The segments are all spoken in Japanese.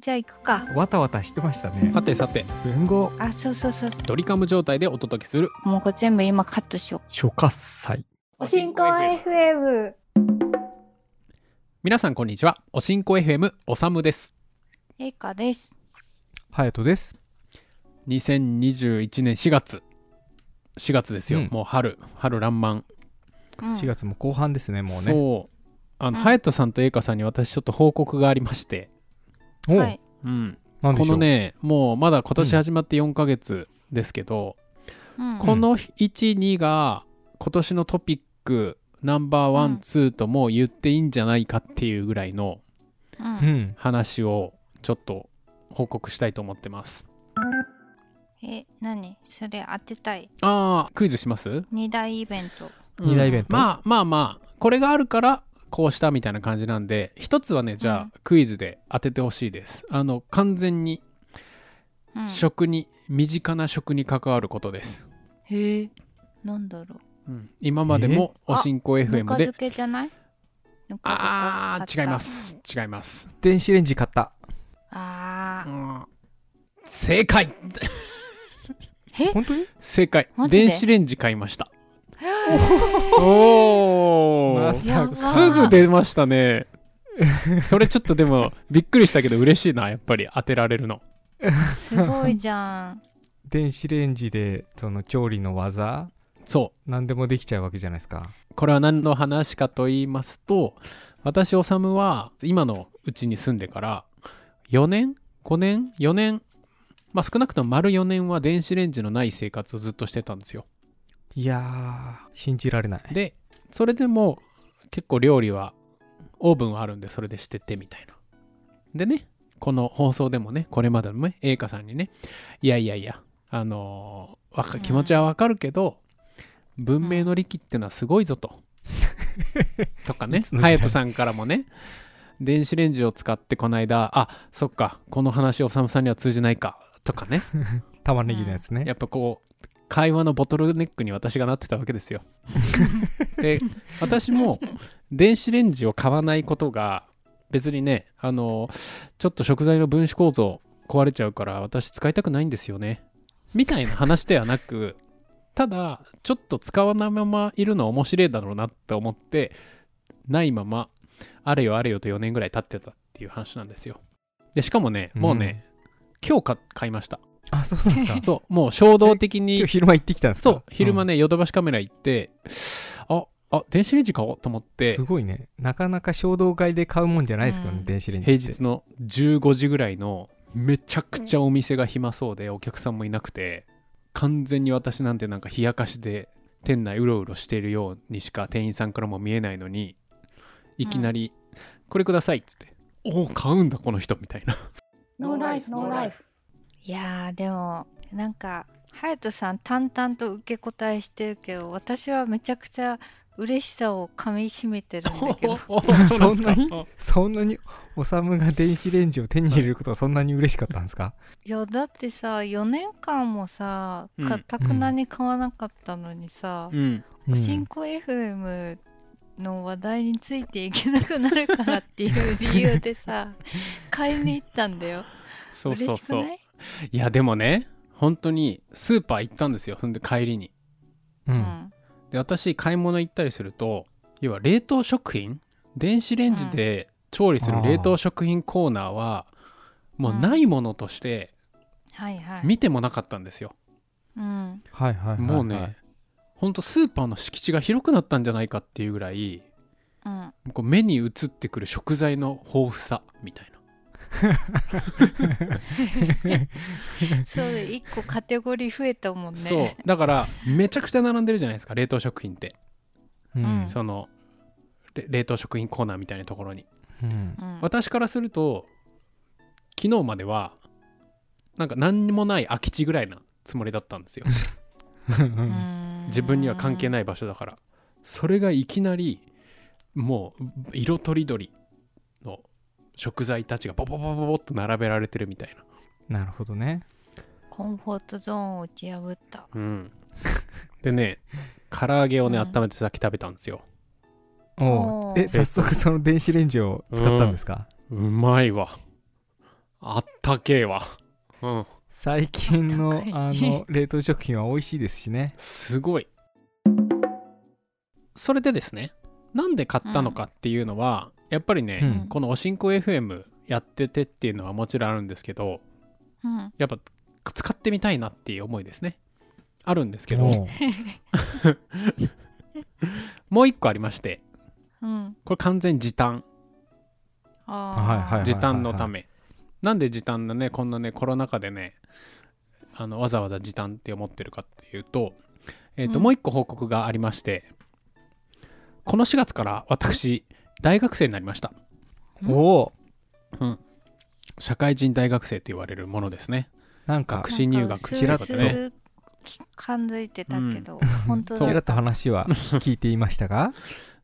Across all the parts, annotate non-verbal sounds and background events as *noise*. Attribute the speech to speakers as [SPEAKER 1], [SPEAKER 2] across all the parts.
[SPEAKER 1] じゃあ行くか。
[SPEAKER 2] わたわたしてましたね
[SPEAKER 3] さてさて、
[SPEAKER 2] 文豪
[SPEAKER 1] あ、そうそうそう。
[SPEAKER 3] ドリカム状態でお届けする。
[SPEAKER 1] もうこれ全部今カットしよ
[SPEAKER 2] 初喝祭
[SPEAKER 4] おしんこ FM。
[SPEAKER 3] 皆さんこんにちは。おしんこ FM おさむです。
[SPEAKER 1] う。えいかです。
[SPEAKER 2] 隼人です
[SPEAKER 3] 2021年4月。4月ですよ。
[SPEAKER 2] うん
[SPEAKER 3] もう春、春らんまん。
[SPEAKER 1] うん
[SPEAKER 2] 4月も後半ですねもうね
[SPEAKER 3] そう。あの、
[SPEAKER 1] うん
[SPEAKER 3] ハヤトさんとエイカさんに私ちょっと報告がありまして。
[SPEAKER 2] おう
[SPEAKER 1] はい。
[SPEAKER 3] うん。
[SPEAKER 2] なんで
[SPEAKER 3] こ
[SPEAKER 2] しょ
[SPEAKER 3] の
[SPEAKER 2] う
[SPEAKER 3] ね、もうまだ今年始まって4ヶ月ですけど、
[SPEAKER 1] うん
[SPEAKER 3] この1、2が今年のトピックナンバーワ
[SPEAKER 1] うん
[SPEAKER 3] ン、ツーとも言っていいんじゃないかっていうぐらいの
[SPEAKER 1] う
[SPEAKER 2] うんん
[SPEAKER 3] 話をちょっと報告したいと思ってます。
[SPEAKER 1] え、何それ当てたい。
[SPEAKER 3] ああ、クイズします
[SPEAKER 1] 二大イベント。
[SPEAKER 2] 二大イベント
[SPEAKER 3] まあまあまあ、これがあるからこうしたみたいな感じなんで、一つはね、じゃあ、
[SPEAKER 1] うん
[SPEAKER 3] クイズで当ててほしいです。あの、完全に
[SPEAKER 1] うん、
[SPEAKER 3] 食に、身近な食に関わることです。
[SPEAKER 1] へえ。なんだろう。
[SPEAKER 3] うん今までもお進行
[SPEAKER 1] ぬ
[SPEAKER 3] FM
[SPEAKER 1] か
[SPEAKER 3] で
[SPEAKER 1] 漬。けじゃないぬか漬け
[SPEAKER 3] ああ、
[SPEAKER 1] 買
[SPEAKER 3] 違い
[SPEAKER 1] った
[SPEAKER 3] ます。違います。
[SPEAKER 2] 電子レンジ買った
[SPEAKER 1] ああ。
[SPEAKER 3] 正解
[SPEAKER 1] え
[SPEAKER 2] 本当に
[SPEAKER 3] 正解
[SPEAKER 1] マジで
[SPEAKER 3] 電子レンジ買いました *laughs* お
[SPEAKER 2] ま
[SPEAKER 3] お
[SPEAKER 2] さ
[SPEAKER 3] す
[SPEAKER 1] やばー
[SPEAKER 3] ぐ出ましたね *laughs* それちょっとでもびっくりしたけど嬉しいなやっぱり当てられるの
[SPEAKER 1] すごいじゃ *laughs* ん。
[SPEAKER 2] 電子レンジでその調理の技
[SPEAKER 3] そ
[SPEAKER 2] 何でもできちゃうわけじゃないですか
[SPEAKER 3] うこれは何の話かと言いますと私おさむは今のうちに住んでから4年5年4年まあ少なくとも丸4年は電子レンジのない生活をずっとしてたんですよ
[SPEAKER 2] いやー信じられない
[SPEAKER 3] でそれでも結構料理はオーブンはあるんでそれでしててみたいなでねこの放送でもねこれまでのね栄華さんにねいやいやいやあのーわか気持ちはわかるけど、文明の利器ってのはすごいぞと、
[SPEAKER 2] *laughs*
[SPEAKER 3] とかね
[SPEAKER 2] いつの時代
[SPEAKER 3] 隼人さんからもね電子レンジを使ってこの間あそっかこの話おさむさんには通じないかとかね
[SPEAKER 2] 玉ねぎのやつね、
[SPEAKER 3] やっぱこう会話のボトルネックに私がなってたわけですよ。で私も電子レンジを買わないことが別にねあのちょっと食材の分子構造壊れちゃうから私使いたくないんですよねみたいな話ではなくただちょっと使わないままいるのは面白いだろうなって思ってないままあれよあれよと4年ぐらい経ってたっていう話なんですよ。でしかもねもうね、今日か買いました。
[SPEAKER 2] あそうなんです
[SPEAKER 3] *laughs*
[SPEAKER 2] か
[SPEAKER 3] そう、もう衝動的
[SPEAKER 2] 今
[SPEAKER 3] に
[SPEAKER 2] 日、昼間行ってきたんですか
[SPEAKER 3] そう、昼間
[SPEAKER 2] ね、
[SPEAKER 3] ね、ヨドバシカメラ行って、あ、あ、電子レンジ買おうと思っ
[SPEAKER 2] うん
[SPEAKER 3] て
[SPEAKER 2] す、ごいねなかなか衝動買いで買うもんじゃないですけどね、
[SPEAKER 1] うん
[SPEAKER 2] 電子レンジ
[SPEAKER 3] 平
[SPEAKER 2] って
[SPEAKER 3] 日の15時ぐらいの、めちゃくちゃお店が暇そうで、お客さんもいなくて、完全に私なんてなんか冷やかしで、店内うろうろしているようにしか店員さんからも見えないのに、いきなり、これくださいっつって、おお、買うんだ、この人みたい
[SPEAKER 2] *laughs*
[SPEAKER 3] な。
[SPEAKER 4] ノーライフ、ノーライフ。
[SPEAKER 1] いやーでもなんか隼人さん淡々と受け答えしてるけど私はめちゃくちゃ嬉しさを噛み締めてるんだけ
[SPEAKER 3] *laughs*
[SPEAKER 1] ど
[SPEAKER 2] そんなに
[SPEAKER 3] う
[SPEAKER 2] そんなにおさむが電子レンジを手に入れることはそんなに嬉しかったんですか
[SPEAKER 1] いやだってさ4年間もさ
[SPEAKER 3] うん
[SPEAKER 1] かたくなに買わなかったのにさ、
[SPEAKER 3] ん。
[SPEAKER 2] うん
[SPEAKER 1] 新興 FM の話題についていけなくなるからっていう理由で
[SPEAKER 3] *laughs*
[SPEAKER 1] さ買いに行ったんだよ
[SPEAKER 3] そうそう
[SPEAKER 1] 嬉しく
[SPEAKER 3] そう
[SPEAKER 1] な。い、
[SPEAKER 3] いやでもね本当にスーパー行ったんですよほんで帰りに
[SPEAKER 2] う
[SPEAKER 1] うんん
[SPEAKER 3] で私買い物行ったりすると要は冷凍食品電子レンジで調理する冷凍食品コーナーはもうないものとして
[SPEAKER 1] はいはい、
[SPEAKER 3] 見てもなかったんですよ、
[SPEAKER 1] うん、
[SPEAKER 2] はいはいはいはい
[SPEAKER 3] もうねほんとスーパーの敷地が広くなったんじゃないかっていうぐらい
[SPEAKER 1] うん
[SPEAKER 3] こう目に映ってくる食材の豊富さみたいな
[SPEAKER 1] そうだ1個カテゴリー増えたもんね
[SPEAKER 3] そうだからめちゃくちゃ並んでるじゃないですか冷凍食品って
[SPEAKER 2] うん
[SPEAKER 1] うん
[SPEAKER 3] そのれ冷凍食品コーナーみたいなところに
[SPEAKER 2] うん
[SPEAKER 1] うん
[SPEAKER 3] 私からすると昨日まではなんか何にもない空き地ぐらいなつもりだったんですよ自分には関係
[SPEAKER 1] い。
[SPEAKER 3] ない場所だからそれがいきなりもう色とりどりの食材たちがボボボボボっと並べられてるみたい
[SPEAKER 2] *laughs*
[SPEAKER 3] な、
[SPEAKER 2] なるほどね
[SPEAKER 1] コンフォートゾーンを打ち破った。
[SPEAKER 3] うん、でね唐揚げをね
[SPEAKER 1] うん
[SPEAKER 3] 温めてさっき食べたんですよ
[SPEAKER 2] おう
[SPEAKER 1] おう
[SPEAKER 2] え早速その電子レンジを使ったんですか、
[SPEAKER 3] うまいわあったけえわ。うん。
[SPEAKER 2] 最近の
[SPEAKER 1] 高
[SPEAKER 2] あ
[SPEAKER 1] い
[SPEAKER 2] の冷凍食品は美味しいですしね
[SPEAKER 3] すごい。それでですね、なんで買ったのかっていうのは、やっぱりね、
[SPEAKER 2] うん
[SPEAKER 3] このおしんこ FM やっててっていうのはもちろんあるんですけど、
[SPEAKER 1] うん。
[SPEAKER 3] やっぱ使ってみたいなっていう思いですね。あるんですけど、
[SPEAKER 2] おう
[SPEAKER 3] もう一個ありまして、
[SPEAKER 1] うん。
[SPEAKER 3] これ完全時短、
[SPEAKER 1] あ
[SPEAKER 2] はいはい
[SPEAKER 1] あ。
[SPEAKER 3] 時短のため。なんで時短のね、こんなね、コロナ禍でね、あのわざわざ時短って思ってるかっていうと、えっと
[SPEAKER 1] うん
[SPEAKER 3] もう一個報告がありまして、この4月から私、大学生になりました。
[SPEAKER 2] おう
[SPEAKER 3] うん、社会人大学生と言われるものですね。
[SPEAKER 2] なんか
[SPEAKER 3] 学士入学
[SPEAKER 1] ちらっ
[SPEAKER 2] ち
[SPEAKER 1] と
[SPEAKER 2] らっとね
[SPEAKER 1] ね。感づいてたけど、本当
[SPEAKER 3] そ
[SPEAKER 1] だ
[SPEAKER 3] う
[SPEAKER 2] ちらっと話は聞いていましたが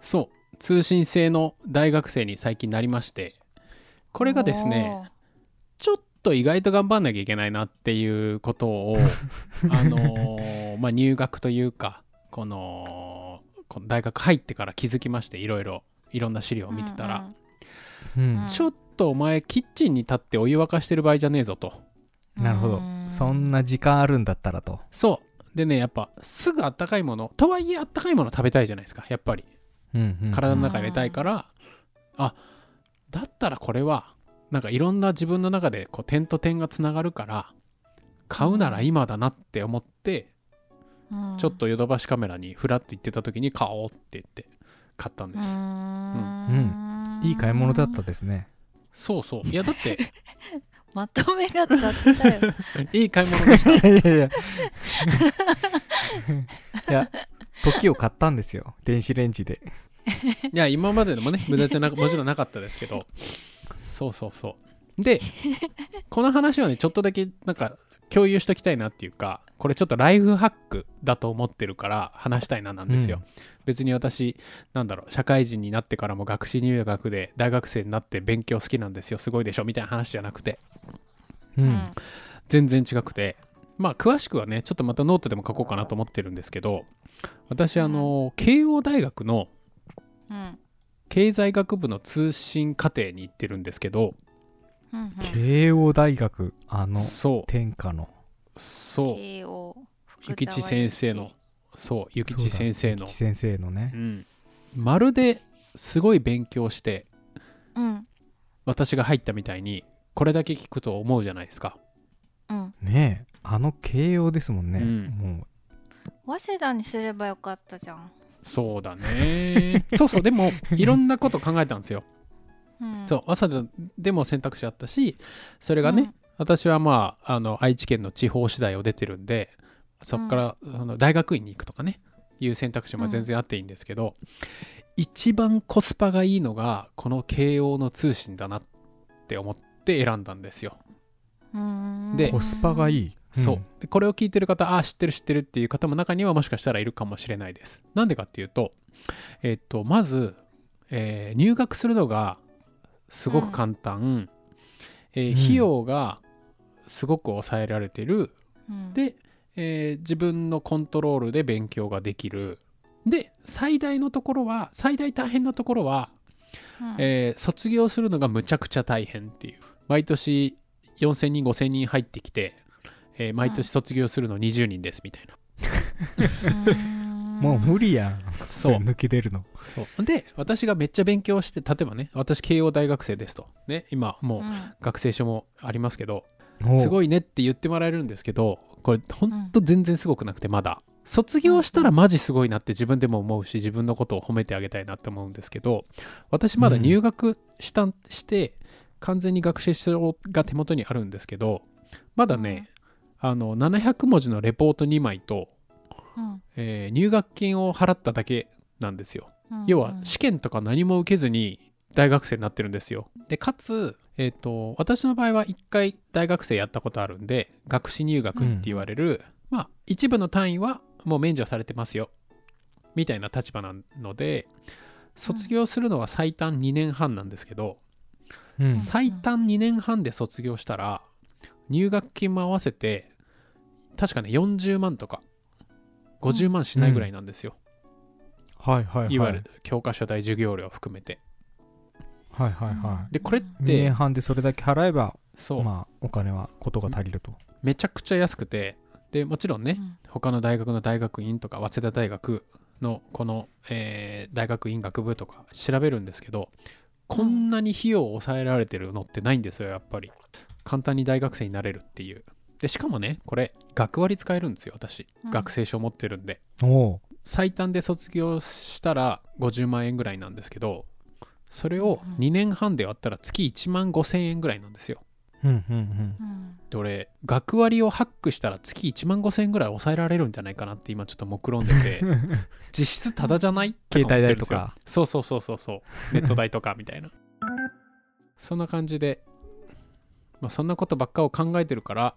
[SPEAKER 3] そう通信制の大学生に最近なりましてこれがですね。ちょっと意外と頑張んなきゃいけないなっていうことをあのーまあ入学というかこのこの大学入ってから気づきましていろいろいろんな資料を
[SPEAKER 1] おー
[SPEAKER 3] 見てたら、
[SPEAKER 1] うん
[SPEAKER 2] うん
[SPEAKER 3] ちょっとお前キッチンに立ってお湯沸かしてる場合じゃねえぞと
[SPEAKER 1] うん
[SPEAKER 2] なるほど
[SPEAKER 1] うん
[SPEAKER 2] そんな時間あるんだったらと
[SPEAKER 3] そうでねやっぱすぐあったかいものとはいえあったかいもの食べたいじゃないですかやっぱり
[SPEAKER 2] うんうん
[SPEAKER 3] 体の中に入れたいから、あだったらこれはなんかいろんな自分の中でこう点と点がつながるから買うなら今だなって思って、
[SPEAKER 1] うん
[SPEAKER 3] ちょっとヨドバシカメラにフラッと行ってた時に買おうって言って買ったん
[SPEAKER 1] う
[SPEAKER 3] です、
[SPEAKER 1] ん
[SPEAKER 2] いい買い物だったですね
[SPEAKER 3] そうそういやだって
[SPEAKER 1] まとめが雑だよ
[SPEAKER 3] いい買い物でした
[SPEAKER 2] いやいやいやいや時を買ったんですよ電子レンジで
[SPEAKER 3] いや今までのもね無駄じゃなくもちろんなかったですけどそうそうそうでこの話はねちょっとだけなんか共有しときたいなっていうかこれちょっとライフハックだと思ってるから話したいななんですよ、
[SPEAKER 2] うん
[SPEAKER 3] 別に私なんだろう社会人になってからも学士入学で大学生になって勉強好きなんですよすごいでしょみたいな話じゃなくて
[SPEAKER 2] うん、
[SPEAKER 3] 全然違くてまあ詳しくはねちょっとまたノートでも書こうかなと思ってるんですけど私あの慶応大学の
[SPEAKER 1] うん
[SPEAKER 3] 経済学部の通信課程に行ってるんですけど
[SPEAKER 1] うんうん
[SPEAKER 2] 慶応大学あの
[SPEAKER 3] そ
[SPEAKER 2] 天下の
[SPEAKER 3] うそう
[SPEAKER 1] 慶応
[SPEAKER 3] 諭吉先生のそう諭
[SPEAKER 2] そうだ
[SPEAKER 3] 吉先生の
[SPEAKER 2] 木先生のね
[SPEAKER 3] うんまるですごい勉強して
[SPEAKER 1] うん
[SPEAKER 3] 私が入ったみたいにこれだけ聞くと思うじゃないですか
[SPEAKER 1] うん
[SPEAKER 2] ねえあの慶応ですもんね、
[SPEAKER 3] うん
[SPEAKER 2] も
[SPEAKER 1] 早稲田にすればよかったじゃん、
[SPEAKER 3] そうだね *laughs* そうそうでもいろんなこと考えたんですよ
[SPEAKER 1] うん、
[SPEAKER 3] そう早稲田でも選択肢あったしそれがね、
[SPEAKER 1] うん
[SPEAKER 3] 私はまああの愛知県の地方次第を出てるんでそこから、あの大学院に行くとかねいう選択肢も全然あっていいんですけど、一番コスパがいいのがこの慶応の通信だなって思って選んだんですよ。
[SPEAKER 1] うーん
[SPEAKER 3] で
[SPEAKER 2] うコスパがいい、
[SPEAKER 3] そうでこれを聞いてる方ああ知ってる知ってるっていう方も中にはもしかしたらいるかもしれないです。なんでかっていうと,、えっとまず、えー入学するのがすごく簡単、えー
[SPEAKER 2] うん
[SPEAKER 3] 費用がすごく抑えられてる、
[SPEAKER 1] うん
[SPEAKER 3] で、えー自分のコントロールで勉強ができるで最大のところは最大大変なところは
[SPEAKER 1] うん
[SPEAKER 3] えー卒業するのがむちゃくちゃ大変っていう毎年4000人5000人入ってきて、えー毎年卒業するの20人ですみたいな、
[SPEAKER 1] うーん
[SPEAKER 2] もう無理やん
[SPEAKER 3] そう
[SPEAKER 2] 抜け出るの
[SPEAKER 3] そうで私がめっちゃ勉強して例えばね私慶応大学生ですとね今もう
[SPEAKER 1] うん
[SPEAKER 3] 学生証もありますけど、す
[SPEAKER 2] い
[SPEAKER 3] ごいねって言ってもらえるんですけどこれほんと全然すごくなくてまだ卒業したらマジすごいなって自分でも思うし自分のことを褒めてあげたいなって思うんですけど私まだ入学した、して完全に学習証が手元にあるんですけどまだね、あの700文字のレポート2枚と、
[SPEAKER 1] うん
[SPEAKER 3] えー入学金を払っただけなんですよ
[SPEAKER 1] うん
[SPEAKER 3] 要は試験とか何も受けずに大学生になってるんですよ。でかつ、えー、と私の場合は1回大学生やったことあるんで学士入学って言われる、まあ一部の単位はもう免除されてますよみたいな立場なので卒業するのは最短2年半なんですけど、
[SPEAKER 2] うん
[SPEAKER 3] 最短2年半で卒業したら入学金も合わせて確かね40万とか50万しないぐらいなんですよ、
[SPEAKER 2] はいはいはい
[SPEAKER 3] いわゆる教科書代授業料含めて。
[SPEAKER 2] はいはいは
[SPEAKER 3] でこれっ
[SPEAKER 2] い2
[SPEAKER 3] て
[SPEAKER 2] 年半でそれだけ払えば
[SPEAKER 3] そう、
[SPEAKER 2] まあお金はことが足りると、
[SPEAKER 3] めちゃくちゃ安くてでもちろんね、
[SPEAKER 1] うん
[SPEAKER 3] 他の大学の大学院とか早稲田大学のこの、えー大学院学部とか調べるんですけどこんなに費用を抑えられてるのってないんですよやっぱり簡単に大学生になれるっていうでしかもねこれ学割使えるんですよ私、
[SPEAKER 1] うん
[SPEAKER 3] 学生証持ってるんで
[SPEAKER 2] おお
[SPEAKER 3] 最短で卒業したら50万円ぐらいなんですけどそれを
[SPEAKER 1] うん
[SPEAKER 3] 2年半で割ったら月1万5千円ぐらいなんですよ
[SPEAKER 2] うんうんうん
[SPEAKER 1] うん
[SPEAKER 3] で俺学割をハックしたら月1万5000円ぐらい抑えられるんじゃないかなって今ちょっと目論ん
[SPEAKER 2] *laughs*
[SPEAKER 3] でて実質タダじゃない
[SPEAKER 2] 携帯代とか
[SPEAKER 3] そうそうそうそうそうネット代とかみたいなそんな感じで、まあ、そんなことばっかを考えてるから、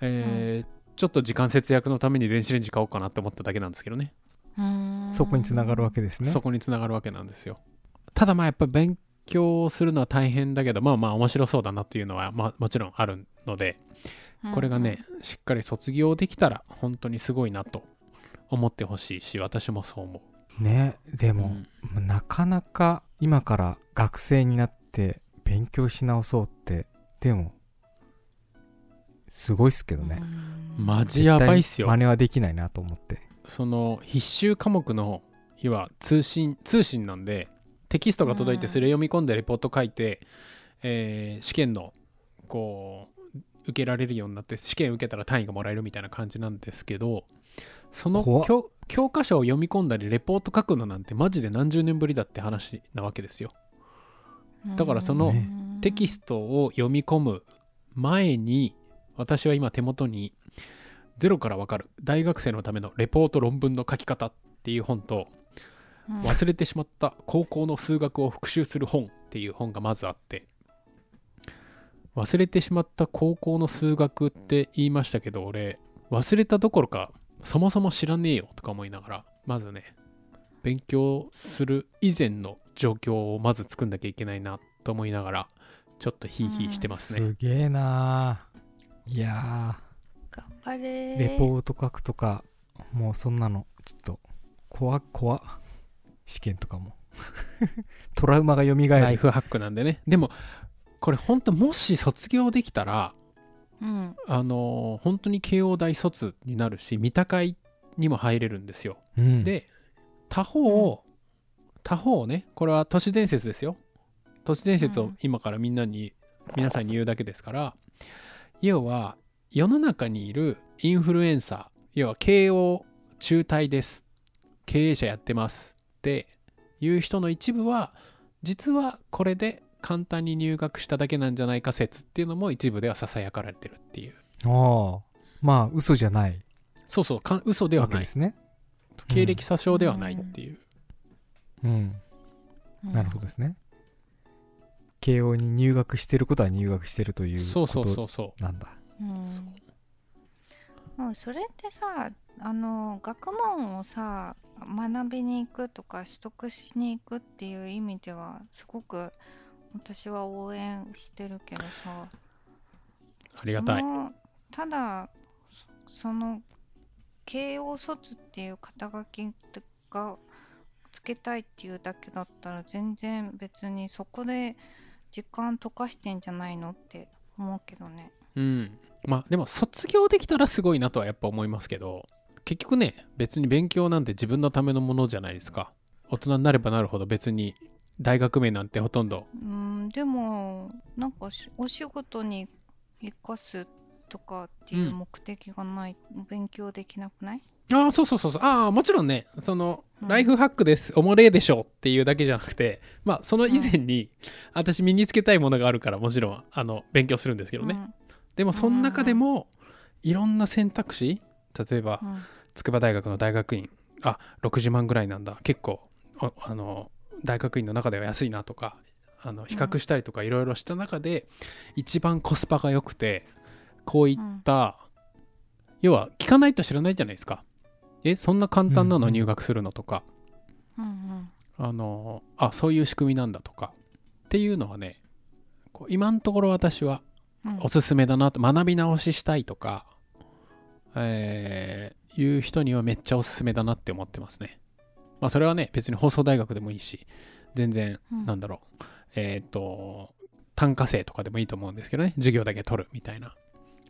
[SPEAKER 3] えーちょっと時間節約のために電子レンジ買おうかなって思っただけなんですけどね
[SPEAKER 1] うーん
[SPEAKER 2] そこにつながるわけですね
[SPEAKER 3] そこにつながるわけなんですよただまあやっぱり勉強するのは大変だけどまあまあ面白そうだなっていうのは、まあ、もちろんあるのでこれがね、しっかり卒業できたら本当にすごいなと思ってほしいし私もそう思
[SPEAKER 2] ねで
[SPEAKER 3] う、う
[SPEAKER 2] も、
[SPEAKER 3] ん
[SPEAKER 2] なかなか今から学生になって勉強し直そうってでもすごいっすけどね、
[SPEAKER 3] マジやばいっすよ
[SPEAKER 2] 絶対真似はできないなと思って
[SPEAKER 3] その必修科目の要は通信通信なんでテキストが届いて
[SPEAKER 1] うん
[SPEAKER 3] それ読み込んでレポート書いて、えー試験のこう受けられるようになって試験受けたら単位がもらえるみたいな感じなんですけどその
[SPEAKER 2] 怖っ
[SPEAKER 3] 教教科書を読み込んだりレポート書くのなんてマジで何十年ぶりだって話なわけですよ
[SPEAKER 1] うん
[SPEAKER 3] だからその
[SPEAKER 2] ね
[SPEAKER 3] テキストを読み込む前に私は今手元に「ゼロからわかる大学生のためのレポート論文の書き方」っていう本と
[SPEAKER 1] うん
[SPEAKER 3] 「忘れてしまった高校の数学を復習する本」っていう本がまずあって忘れてしまった高校の数学って言いましたけど俺忘れたどころかそもそも知らねえよとか思いながらまずね勉強する以前の状況をまず作んなきゃいけないなと思いながらちょっとヒーヒーしてますね、
[SPEAKER 2] げえなあいや
[SPEAKER 1] 頑張れ
[SPEAKER 2] ーレポート書くとかもうそんなのちょっと怖っ怖っ試験とかも *laughs* トラウマが蘇
[SPEAKER 3] ライ
[SPEAKER 2] る
[SPEAKER 3] フハックなんでねでもこれ本当もし卒業できたら
[SPEAKER 1] うん
[SPEAKER 3] あのー本当に慶応大卒になるし三鷹会にも入れるんですよ、
[SPEAKER 2] うん
[SPEAKER 3] で他方を、他方をねこれは都市伝説ですよ都市伝説
[SPEAKER 1] う
[SPEAKER 3] を
[SPEAKER 1] ん
[SPEAKER 3] 今からみんなに、皆さんに言うだけですから要は世の中にいるインフルエンサー要は慶応中退です経営者やってますっていう人の一部は実はこれで簡単に入学しただけなんじゃないか説っていうのも一部ではささやかれてるっていう
[SPEAKER 2] ああまあ嘘じゃない
[SPEAKER 3] そうそうか嘘では
[SPEAKER 2] わけ
[SPEAKER 3] ない
[SPEAKER 2] ですね
[SPEAKER 3] 経歴詐称ではないっていう、
[SPEAKER 2] うん
[SPEAKER 1] うん
[SPEAKER 2] なるほどですね。慶応に入学してることは入学してるという
[SPEAKER 3] そう
[SPEAKER 2] こ
[SPEAKER 3] そうそ
[SPEAKER 2] と
[SPEAKER 3] うそう
[SPEAKER 2] なんだ。
[SPEAKER 1] うんもうそれってさあの学問をさ学びに行くとか取得しに行くっていう意味ではすごく私は応援してるけどさ
[SPEAKER 3] ありがたい
[SPEAKER 1] そのただそその慶応卒っていう肩書きがつけたいっていうだけだったら全然別にそこで時間溶かしてんじゃないのって思うけどね。
[SPEAKER 3] うん、まあでも卒業できたらすごいなとはやっぱ思いますけど結局ね別に勉強なんて自分のためのものじゃないですか大人になればなるほど別に大学名なんてほとんど
[SPEAKER 1] うん、でもなんかしお仕事に生かすとかっていう目的がない、勉強できなくない
[SPEAKER 3] ああそうそうそうそうああもちろんねその
[SPEAKER 1] うん
[SPEAKER 3] ライフハックですおもれえでしょっていうだけじゃなくてまあその以前に私身につけたいものがあるからもちろんあの勉強するんですけどね、でもその中でもいろんな選択肢例えば、
[SPEAKER 1] うんうん
[SPEAKER 3] 筑波大学の大学院あ60万ぐらいなんだ結構ああの大学院の中では安いなとかあの比較したりとかいろいろした中で、一番コスパが良くてこういった、要は聞かないと知らないじゃないですかえそんな簡単な
[SPEAKER 2] うんう
[SPEAKER 3] の
[SPEAKER 2] ん
[SPEAKER 3] 入学するのとか、
[SPEAKER 1] うん
[SPEAKER 3] あのあそういう仕組みなんだとかっていうのはねこう今のところ私は
[SPEAKER 1] うんうん
[SPEAKER 3] おすすめだなと学び直ししたいとか、えーいう人にはめっちゃおすすめだなって思ってますね。まあそれはね別に放送大学でもいいし全然
[SPEAKER 1] うん
[SPEAKER 3] なんだろう、えっ、と単科生とかでもいいと思うんですけどね授業だけ取るみたいな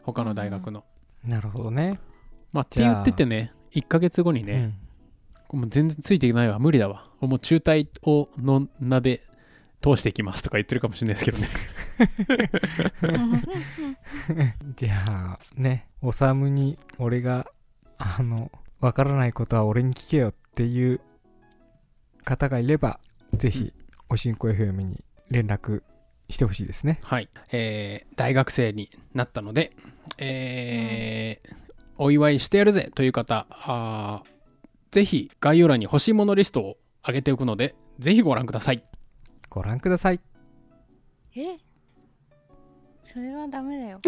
[SPEAKER 3] 他の大学の、
[SPEAKER 2] なるほどね。
[SPEAKER 3] まあって
[SPEAKER 2] じゃあ
[SPEAKER 3] 言っててね1ヶ月後にね、
[SPEAKER 2] うん
[SPEAKER 3] もう全然ついていけないわ無理だわもう中退をの名で通していきますとか言ってるかもしれないですけどね
[SPEAKER 2] *laughs* じゃあねおさむに俺があのわからないことは俺に聞けよっていう方がいればぜひおしんこ FM に連絡してほしいですね
[SPEAKER 3] はい、えー大学生になったので、えーお祝いしてやるぜという方あーぜひ概要欄に欲しいものリストを上げておくのでぜひご覧ください
[SPEAKER 2] ご覧ください
[SPEAKER 1] えそれはダメだよ